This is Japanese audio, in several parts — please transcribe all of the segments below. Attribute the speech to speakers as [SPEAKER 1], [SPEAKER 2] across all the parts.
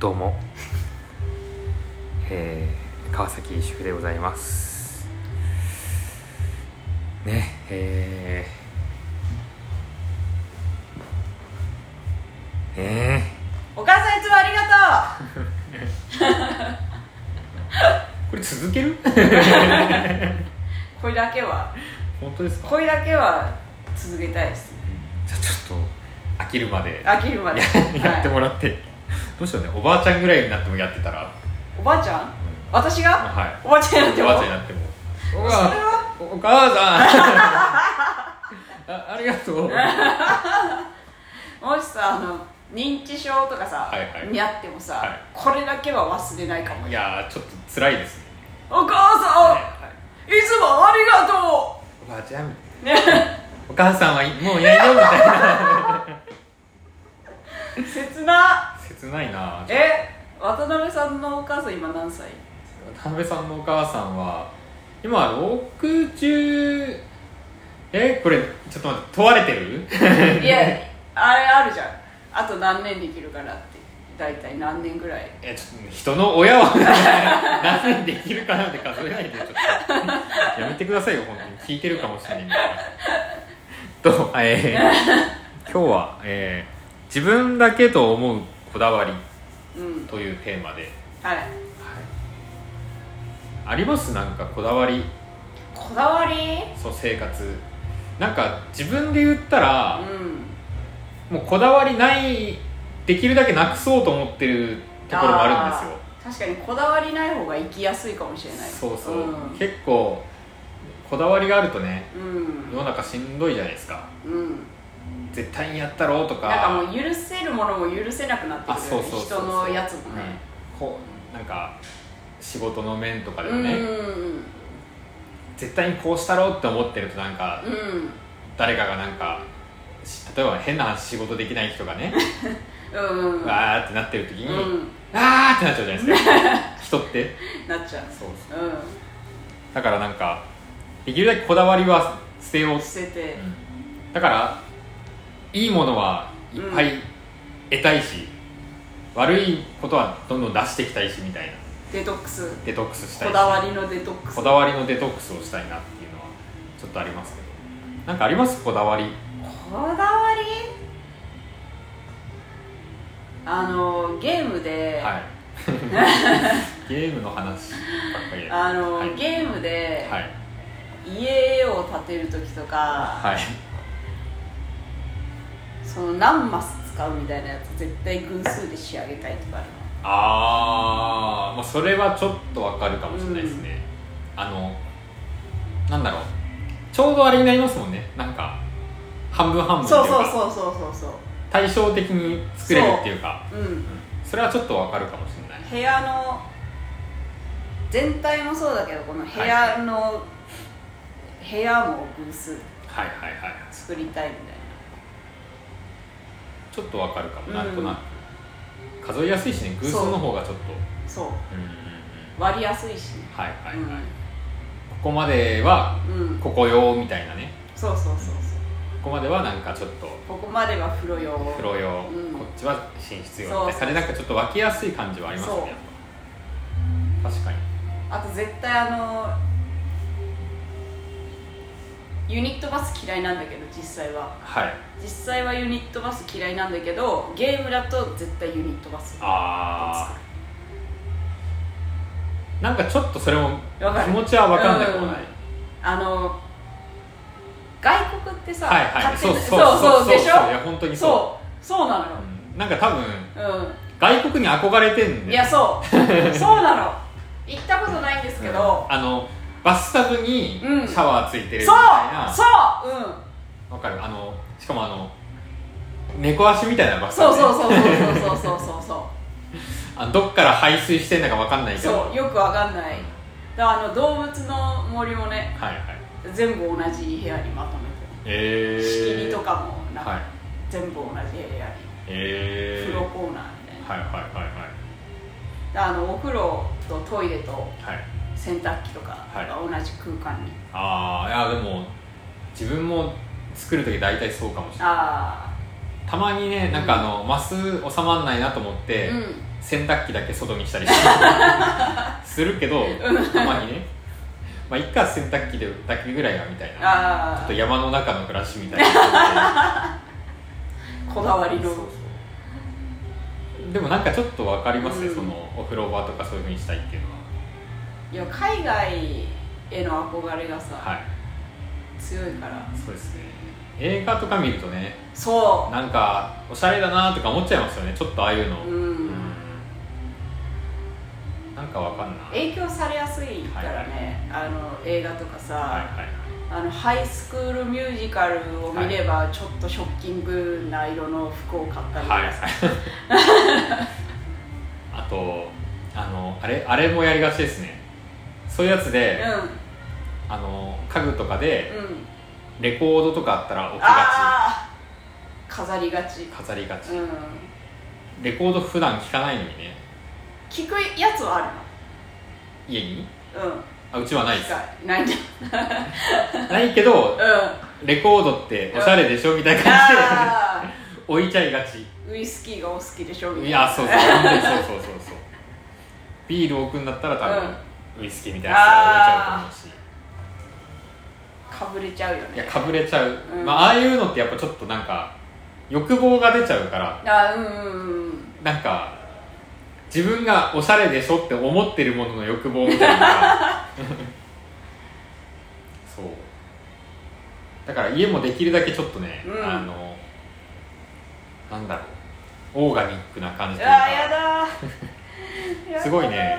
[SPEAKER 1] どうも、えー川崎主婦でございますねえー、ね
[SPEAKER 2] お母さんいつもありが
[SPEAKER 1] えこれ続 ける
[SPEAKER 2] とうこれだけは
[SPEAKER 1] 本当ですか
[SPEAKER 2] これだけは続けたいですね
[SPEAKER 1] じゃあちょっと飽きるまで
[SPEAKER 2] 飽きるま で
[SPEAKER 1] やって
[SPEAKER 2] は
[SPEAKER 1] もらって、どうしようねおばあちゃんぐらいになってもやってたら、
[SPEAKER 2] いおばあちゃん私
[SPEAKER 1] まあ
[SPEAKER 2] が
[SPEAKER 1] はい
[SPEAKER 2] おばあちゃんになって
[SPEAKER 1] お
[SPEAKER 2] も
[SPEAKER 1] ばあちゃんになってもお
[SPEAKER 2] そ
[SPEAKER 1] 母
[SPEAKER 2] れは
[SPEAKER 1] お母さん あありがとうは
[SPEAKER 2] もしさあの認知症とかさ、
[SPEAKER 1] はいはい
[SPEAKER 2] にあってもさ、
[SPEAKER 1] はい
[SPEAKER 2] これだけは忘れないかも
[SPEAKER 1] いいやーちょっと辛いですね
[SPEAKER 2] お母さん、い、つもありがと
[SPEAKER 1] おばあちゃん
[SPEAKER 2] うね
[SPEAKER 1] お母さんはいもういないよみたいな
[SPEAKER 2] 切な
[SPEAKER 1] 切ないなちょっ
[SPEAKER 2] え渡辺さんのお母さん今 何歳
[SPEAKER 1] と渡辺さんのお母さんは今60えこれちょっと待って問われてる
[SPEAKER 2] いやあれあるじゃんあと何年できるかなって大体何年ぐらい
[SPEAKER 1] えちょっと人の親を 何年できるかなんて数えないでちょっとやめてくださいよ本当に聞いてるかもしれないんだからと、えー今日は、えー自分だけと思うこだわり」
[SPEAKER 2] うん
[SPEAKER 1] というテーマで、
[SPEAKER 2] はい
[SPEAKER 1] ありますなんかこだわり
[SPEAKER 2] こだわり
[SPEAKER 1] そう生活なんか自分で言ったら、
[SPEAKER 2] うん
[SPEAKER 1] もうこだわりないできるだけなくそうと思ってるところもあるんで
[SPEAKER 2] あー確かにこだわりない方が生きやすいかもしれない
[SPEAKER 1] すよそうそう、
[SPEAKER 2] うん
[SPEAKER 1] 結構こだわりがあるとね
[SPEAKER 2] うん
[SPEAKER 1] 世の中しんどいじゃないですか
[SPEAKER 2] うん
[SPEAKER 1] 絶対にやったろうとか
[SPEAKER 2] なんかもう許せるものも許せなくなって
[SPEAKER 1] あ
[SPEAKER 2] くる
[SPEAKER 1] そ
[SPEAKER 2] よ
[SPEAKER 1] う
[SPEAKER 2] ね
[SPEAKER 1] そうそう
[SPEAKER 2] 人のやつもね、
[SPEAKER 1] うんこうなんか仕事の面とかで
[SPEAKER 2] う
[SPEAKER 1] も
[SPEAKER 2] ん
[SPEAKER 1] ね、絶対にこうしたろうって思ってるとなんか
[SPEAKER 2] うん
[SPEAKER 1] 誰かがなんかし例えば変な話仕事できない人がね
[SPEAKER 2] うんうん
[SPEAKER 1] わーってなってる時に、
[SPEAKER 2] うん
[SPEAKER 1] あーってなっちゃうじゃないですか人 って
[SPEAKER 2] なっちゃう
[SPEAKER 1] そう
[SPEAKER 2] う
[SPEAKER 1] だからなんかできるだけこだわりは捨てようん
[SPEAKER 2] 捨てて
[SPEAKER 1] だからいいものはいっぱい得たいし、悪いことはどんどん出していきたいしみたいな
[SPEAKER 2] デトックス
[SPEAKER 1] デトックスしたい
[SPEAKER 2] こ
[SPEAKER 1] し
[SPEAKER 2] だわりのデトックス
[SPEAKER 1] こだわりのデトックスをしたいなっていうのはちょっとありますけどなんかありますこだわり
[SPEAKER 2] こだわりあのゲームで、
[SPEAKER 1] はい ゲームの話ばっかりで
[SPEAKER 2] あの、
[SPEAKER 1] はい
[SPEAKER 2] ゲームで、
[SPEAKER 1] はい
[SPEAKER 2] 家を建てる時とか、
[SPEAKER 1] はい
[SPEAKER 2] その何マス使うみたいなやつ絶対群数で仕上げたいとかある
[SPEAKER 1] あー、まあそれはちょっとわかるかもしれないですね、あのなんだろうちょうどあれになりますもんねなんか半分半分ってい
[SPEAKER 2] そうう
[SPEAKER 1] か
[SPEAKER 2] そうそうそうそうそう
[SPEAKER 1] 対照的に作れるっていうか
[SPEAKER 2] うん
[SPEAKER 1] それはちょっとわかるかもしれない
[SPEAKER 2] 部屋の全体もそうだけどこの部屋の、部屋も偶数
[SPEAKER 1] はいはいはい
[SPEAKER 2] 作りたいみ
[SPEAKER 1] ちょっとわかるかも
[SPEAKER 2] うん
[SPEAKER 1] なんとなく、数えやすいしね偶数の方がちょっと
[SPEAKER 2] たいなそう
[SPEAKER 1] うんうんうん
[SPEAKER 2] 割りやすいしね
[SPEAKER 1] はいはいはい、ここまでは
[SPEAKER 2] うん、うん、
[SPEAKER 1] ここ用みたいなね
[SPEAKER 2] そうそうそうそう
[SPEAKER 1] ここまではなんかちょっと
[SPEAKER 2] ここまでは風呂用
[SPEAKER 1] 風呂用、
[SPEAKER 2] うん
[SPEAKER 1] こっちは寝室用
[SPEAKER 2] そ
[SPEAKER 1] み
[SPEAKER 2] う
[SPEAKER 1] たいなそれなんかちょっと分けやすい感じはありますね
[SPEAKER 2] そう
[SPEAKER 1] やっぱ確かに
[SPEAKER 2] あと絶対あのユニットバス嫌いなんだけど実際は
[SPEAKER 1] はい
[SPEAKER 2] 実際はユニットバス嫌いなんだけどゲームだと絶対ユニットバス
[SPEAKER 1] あーなんかちょっとそれも
[SPEAKER 2] わか
[SPEAKER 1] 気
[SPEAKER 2] る
[SPEAKER 1] 持ちは分かんなくもない、
[SPEAKER 2] あの外国ってさ、
[SPEAKER 1] はいはい
[SPEAKER 2] 勝
[SPEAKER 1] そう
[SPEAKER 2] 手に
[SPEAKER 1] そう
[SPEAKER 2] そうそうでしょ
[SPEAKER 1] いや本当にそう
[SPEAKER 2] そうそうなのよ
[SPEAKER 1] うんなんか多分
[SPEAKER 2] う
[SPEAKER 1] 外国に憧れてん
[SPEAKER 2] ん
[SPEAKER 1] で
[SPEAKER 2] い やそうそうなの行ったことないんですけど、
[SPEAKER 1] あのバスタブにシ
[SPEAKER 2] うん
[SPEAKER 1] ャワーついてるみたい
[SPEAKER 2] そう
[SPEAKER 1] な、
[SPEAKER 2] そううん
[SPEAKER 1] わかるあのしかもあの猫足みたいなバスタ
[SPEAKER 2] そう
[SPEAKER 1] ブね
[SPEAKER 2] そうそうそうそうそうそうそう
[SPEAKER 1] あのどっから排水してんのかわかん ないけど
[SPEAKER 2] そうよくわかんないだからあの動物の森もね
[SPEAKER 1] はいはい
[SPEAKER 2] 全部同じ部屋にまとめ
[SPEAKER 1] え
[SPEAKER 2] て
[SPEAKER 1] ー、
[SPEAKER 2] 仕切りとかもなんか、
[SPEAKER 1] はい
[SPEAKER 2] 全部同じ部屋に
[SPEAKER 1] えー、
[SPEAKER 2] 風呂
[SPEAKER 1] はい
[SPEAKER 2] コーナーみたいな
[SPEAKER 1] はいはい
[SPEAKER 2] だからあのお風呂とトイレと
[SPEAKER 1] はいはい
[SPEAKER 2] 洗濯機とか
[SPEAKER 1] はい
[SPEAKER 2] が同じ空間に、
[SPEAKER 1] ああいやでも自分も作る時大体そうかもしれない
[SPEAKER 2] あ
[SPEAKER 1] たまにねなんかあの、マス収まんないなと思って、
[SPEAKER 2] うん
[SPEAKER 1] 洗濯機だけ外にしたりして するけどたまにねまあ一回洗濯機でだけぐらいはみたいなちょ
[SPEAKER 2] あ
[SPEAKER 1] っと
[SPEAKER 2] あ
[SPEAKER 1] 山の中の暮らしみたい な
[SPEAKER 2] こだわりの
[SPEAKER 1] そうそうそうでもなんかちょっとわかりますね、
[SPEAKER 2] うん
[SPEAKER 1] そのお風呂場とかそういうふうにしたいっていうの
[SPEAKER 2] いや海外への憧れがさ、
[SPEAKER 1] ははい
[SPEAKER 2] 強いから
[SPEAKER 1] そうですね映画とか見るとね
[SPEAKER 2] そ
[SPEAKER 1] なんかおしゃれだなとか思っちゃいますよねちょっとああいうの、
[SPEAKER 2] う、う
[SPEAKER 1] うん
[SPEAKER 2] ん、
[SPEAKER 1] なんかわかんない
[SPEAKER 2] 影響されやすいからね、あの映画とかさ、
[SPEAKER 1] はいはいはい
[SPEAKER 2] あのハイスクールミュージカルを見れば、ちょっとショッキングな色の服を買ったりとか
[SPEAKER 1] はいはいあとあのあれあれもやりがちですねそういうやつで、あの家具とか
[SPEAKER 2] う
[SPEAKER 1] で
[SPEAKER 2] んうん
[SPEAKER 1] レコードとかあったら置きが
[SPEAKER 2] ああ飾りがち
[SPEAKER 1] ち飾りがち、
[SPEAKER 2] うん
[SPEAKER 1] レコード普段聴かないのにね
[SPEAKER 2] 聞くやつは
[SPEAKER 1] 家に
[SPEAKER 2] あるのうん
[SPEAKER 1] あうちはないです
[SPEAKER 2] がないんだ
[SPEAKER 1] ないけど
[SPEAKER 2] う
[SPEAKER 1] レコードっておしゃれでしょみたいなん感じ
[SPEAKER 2] あ
[SPEAKER 1] で置いちゃいがち
[SPEAKER 2] ーウイスキーがお好きでしょみた
[SPEAKER 1] い
[SPEAKER 2] いな
[SPEAKER 1] やそうそう本当にそうそうそうそうビールを置くんだったら多分、ウイスキーみたいなやつが置いちゃうと思うし
[SPEAKER 2] かぶれちゃうよ
[SPEAKER 1] いや
[SPEAKER 2] ね
[SPEAKER 1] かぶれちゃう、
[SPEAKER 2] うん
[SPEAKER 1] まあああいうのってやっぱちょっとなんか欲望が出ちゃうから
[SPEAKER 2] あーうんうんうん
[SPEAKER 1] なんか自分がおしゃれでしょって思ってるものの欲望みたいなのがそうだから家もできるだけちょっとね、
[SPEAKER 2] うん
[SPEAKER 1] あのなんだろうオーガニックな感じ
[SPEAKER 2] あー
[SPEAKER 1] というか
[SPEAKER 2] やだーやだー
[SPEAKER 1] すごいね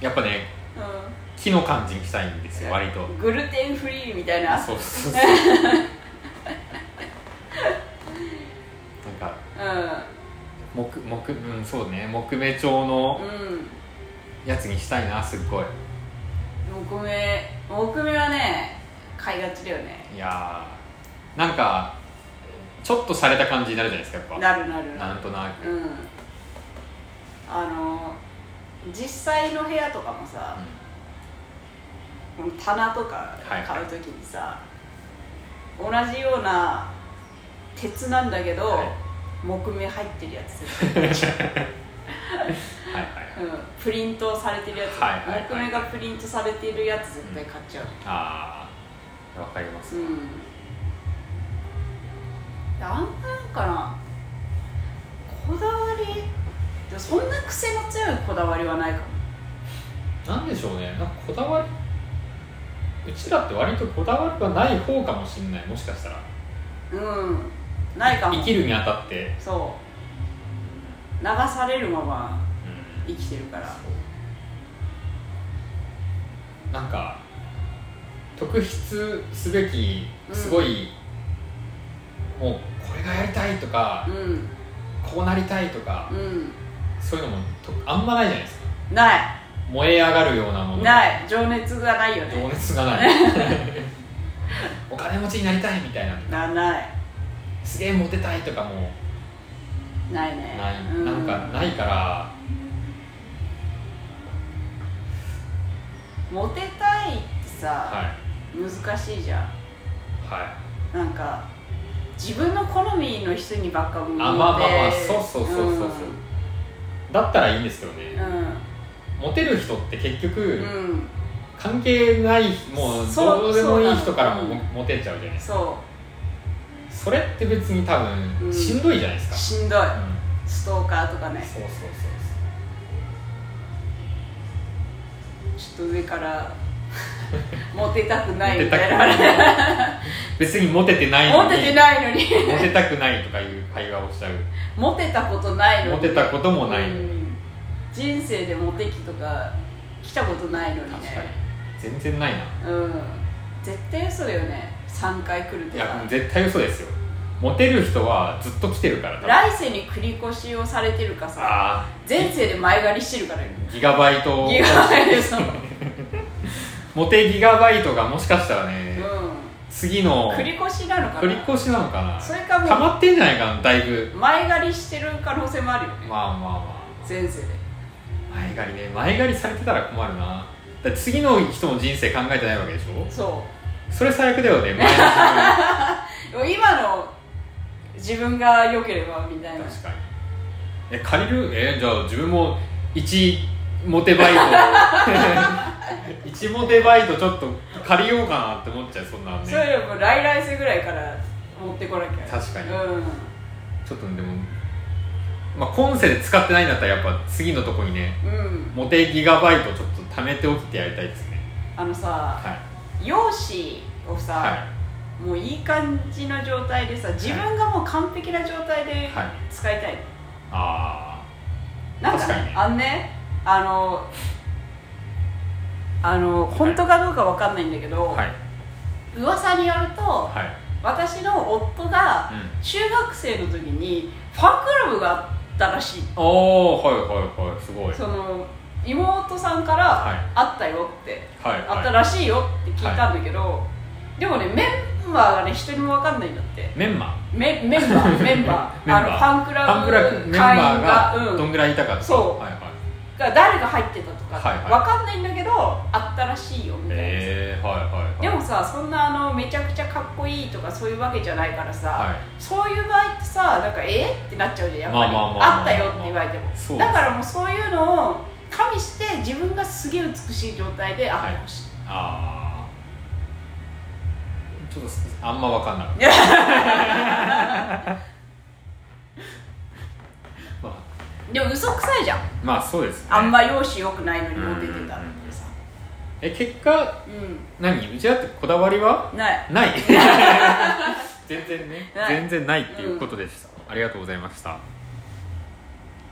[SPEAKER 1] やっぱね
[SPEAKER 2] う
[SPEAKER 1] 木の感じにしたいんですよ割と
[SPEAKER 2] んグルテンフリーみたいな
[SPEAKER 1] そうそうそうなんか
[SPEAKER 2] う
[SPEAKER 1] 木木うんそうね木目調の
[SPEAKER 2] んうん
[SPEAKER 1] やつにしたいなすっごい
[SPEAKER 2] 木目木目はね買いがちだよね
[SPEAKER 1] いやーなんかちょっと洒落た感じになるじゃないですかやっ
[SPEAKER 2] なるなる
[SPEAKER 1] ぱな
[SPEAKER 2] なる
[SPEAKER 1] んとなく、
[SPEAKER 2] うんあの実際の部屋とかもさ、棚とか買う時にさ、同じような鉄なんだけど、
[SPEAKER 1] はい
[SPEAKER 2] 木目入ってるやつ、
[SPEAKER 1] はいはいはい
[SPEAKER 2] うん、プリントされてるやつ、
[SPEAKER 1] はいはいはい
[SPEAKER 2] 木目がプリントされてるやつ絶対買っちゃう、
[SPEAKER 1] ああわかります、
[SPEAKER 2] うん、あんまなんかなこだわりでもそんな癖の強いこだわりはないかも
[SPEAKER 1] なんでしょうねなんかこだわりうちだって割とこだわりはない方かもしれないもしかしたら
[SPEAKER 2] うんないかも
[SPEAKER 1] 生きるにあたって、
[SPEAKER 2] そう流されるまま
[SPEAKER 1] うん
[SPEAKER 2] 生きてるから
[SPEAKER 1] なんか特筆すべきすごい、もうこれがやりたいとか
[SPEAKER 2] う、ん
[SPEAKER 1] こうなりたいとか、
[SPEAKER 2] うん
[SPEAKER 1] そういうのもとあんまないじゃないですか
[SPEAKER 2] な
[SPEAKER 1] 燃え上がるようなも
[SPEAKER 2] い
[SPEAKER 1] の
[SPEAKER 2] ない情熱がないよ
[SPEAKER 1] 情
[SPEAKER 2] ね
[SPEAKER 1] 熱がない お金持ちになりたいみたいな
[SPEAKER 2] なない
[SPEAKER 1] すげえモテたいとかも
[SPEAKER 2] ないね
[SPEAKER 1] ない、
[SPEAKER 2] うん
[SPEAKER 1] なんかないから
[SPEAKER 2] モテたいってさ、
[SPEAKER 1] はい
[SPEAKER 2] 難しいじゃん
[SPEAKER 1] は
[SPEAKER 2] なんか自分の好みの人にばっか向い
[SPEAKER 1] い
[SPEAKER 2] て
[SPEAKER 1] あまあまあまあそうそうそうそうそう、だったらいいんですけど
[SPEAKER 2] う
[SPEAKER 1] ね
[SPEAKER 2] ん
[SPEAKER 1] モテる人って結局、
[SPEAKER 2] うん、うん、
[SPEAKER 1] 関係ないもう
[SPEAKER 2] そう
[SPEAKER 1] どうでもい
[SPEAKER 2] そうないの
[SPEAKER 1] 人からも
[SPEAKER 2] うん
[SPEAKER 1] モモテちゃうじゃないですか
[SPEAKER 2] そ
[SPEAKER 1] それって別に多
[SPEAKER 2] う
[SPEAKER 1] 分
[SPEAKER 2] ん
[SPEAKER 1] しんどいじゃないです
[SPEAKER 2] う
[SPEAKER 1] か、
[SPEAKER 2] しんどい
[SPEAKER 1] うん
[SPEAKER 2] ストーカーとかね
[SPEAKER 1] そうそうそう
[SPEAKER 2] ちょっと上から モテたくな
[SPEAKER 1] モ
[SPEAKER 2] い
[SPEAKER 1] テた
[SPEAKER 2] み
[SPEAKER 1] く
[SPEAKER 2] たい
[SPEAKER 1] な
[SPEAKER 2] ない
[SPEAKER 1] 別にモテてないのに
[SPEAKER 2] モテてないのに
[SPEAKER 1] モテたくないとかいう会話をしちゃう
[SPEAKER 2] モテたことないの
[SPEAKER 1] モ
[SPEAKER 2] に
[SPEAKER 1] テたこともないのに、
[SPEAKER 2] うん人生でモテ期とか来たことないのに
[SPEAKER 1] 確かに
[SPEAKER 2] ね
[SPEAKER 1] 全然ないな
[SPEAKER 2] うん絶対嘘だよね3回来る
[SPEAKER 1] い
[SPEAKER 2] と
[SPEAKER 1] やも
[SPEAKER 2] か
[SPEAKER 1] う絶対嘘ですよモテる人はずっと来てるから多分
[SPEAKER 2] 来世に繰越しをされてるかさ
[SPEAKER 1] あ
[SPEAKER 2] 前世で前借りしてるからよ
[SPEAKER 1] ーギガバイト
[SPEAKER 2] ギガバイトそう
[SPEAKER 1] モテギガバイトがもしかしたらね、
[SPEAKER 2] う
[SPEAKER 1] 次の
[SPEAKER 2] ん繰越しなのかな
[SPEAKER 1] 繰り越しなのかな
[SPEAKER 2] それかもう
[SPEAKER 1] 溜まってんじゃないかなだいぶ
[SPEAKER 2] 前借りしてる可能性もあるよね
[SPEAKER 1] まあまあま
[SPEAKER 2] 前世で
[SPEAKER 1] あ前借りね前借りされてたら困るなだって次の人の人生考えてないわけでしょ
[SPEAKER 2] そ
[SPEAKER 1] それ最悪だよね前の自
[SPEAKER 2] うでも今の自分が良ければみたいな
[SPEAKER 1] 確かにえ借りるえじゃあ自分も1モテ バイト1モテバイトちょっと借りようかなって思っちゃうそんなんね
[SPEAKER 2] それよりも来来世ぐらいから持ってこなきゃ
[SPEAKER 1] 確かに
[SPEAKER 2] うん
[SPEAKER 1] ちょっとねでもまあ今世で使ってないんだったらやっぱ次のとこにね
[SPEAKER 2] うん
[SPEAKER 1] モテギガバイトちょっと貯めておきてやりたいですね
[SPEAKER 2] あのさ
[SPEAKER 1] はい
[SPEAKER 2] 容姿をさ、
[SPEAKER 1] は
[SPEAKER 2] もういい感じの状態でさ自分がもう完璧な状態で
[SPEAKER 1] はい
[SPEAKER 2] 使いたい、
[SPEAKER 1] いあ
[SPEAKER 2] なんか
[SPEAKER 1] 確かにね
[SPEAKER 2] あんねあのあの本当かどうかわかんないんだけど、
[SPEAKER 1] あはい
[SPEAKER 2] 噂によると、
[SPEAKER 1] はい
[SPEAKER 2] 私の夫が
[SPEAKER 1] う
[SPEAKER 2] 中学生の時にファンクラブがあったらしい
[SPEAKER 1] おおはいはいはいすごいはい
[SPEAKER 2] その妹さんか
[SPEAKER 1] はい
[SPEAKER 2] らあったよって、あった
[SPEAKER 1] は
[SPEAKER 2] らしいよって聞いたんだけど、でもねメンバーがね一人もわかんないんだって
[SPEAKER 1] いメンマ
[SPEAKER 2] メメ ンバーメ
[SPEAKER 1] メン
[SPEAKER 2] ンバー
[SPEAKER 1] バー
[SPEAKER 2] あのファンク
[SPEAKER 1] パンク
[SPEAKER 2] ラ
[SPEAKER 1] ラブメ
[SPEAKER 2] ブ
[SPEAKER 1] ンバ
[SPEAKER 2] 会員
[SPEAKER 1] ー
[SPEAKER 2] が
[SPEAKER 1] が
[SPEAKER 2] うん
[SPEAKER 1] どんぐらいいたかって
[SPEAKER 2] そう
[SPEAKER 1] はいはい
[SPEAKER 2] が誰が入ってたとか
[SPEAKER 1] はいはい
[SPEAKER 2] わかんないんだけどあったらしいよみたいな、
[SPEAKER 1] えー、はいはいはい
[SPEAKER 2] でもさそんなあのめちゃくちゃかっこいいとかそういうわけじゃないからさ、
[SPEAKER 1] は
[SPEAKER 2] そういう場合ってさなんかえってなっちゃうじゃんやっぱ
[SPEAKER 1] まあまあ
[SPEAKER 2] り、
[SPEAKER 1] まあまあ
[SPEAKER 2] あったよって言われても
[SPEAKER 1] そう
[SPEAKER 2] だからもうそういうのを加味して自分がすげえ美しい状態であってほしい、
[SPEAKER 1] ああちょっとあんま分かんなかっ たま
[SPEAKER 2] でも嘘くさいじゃん、
[SPEAKER 1] あまあそうですね
[SPEAKER 2] あんま容姿良くないのにモテてたってさ
[SPEAKER 1] え結果
[SPEAKER 2] う
[SPEAKER 1] 何うちだってこだわりは
[SPEAKER 2] んな い
[SPEAKER 1] ない全然ね
[SPEAKER 2] ない
[SPEAKER 1] 全然ないっていうことでした、ありがとうございました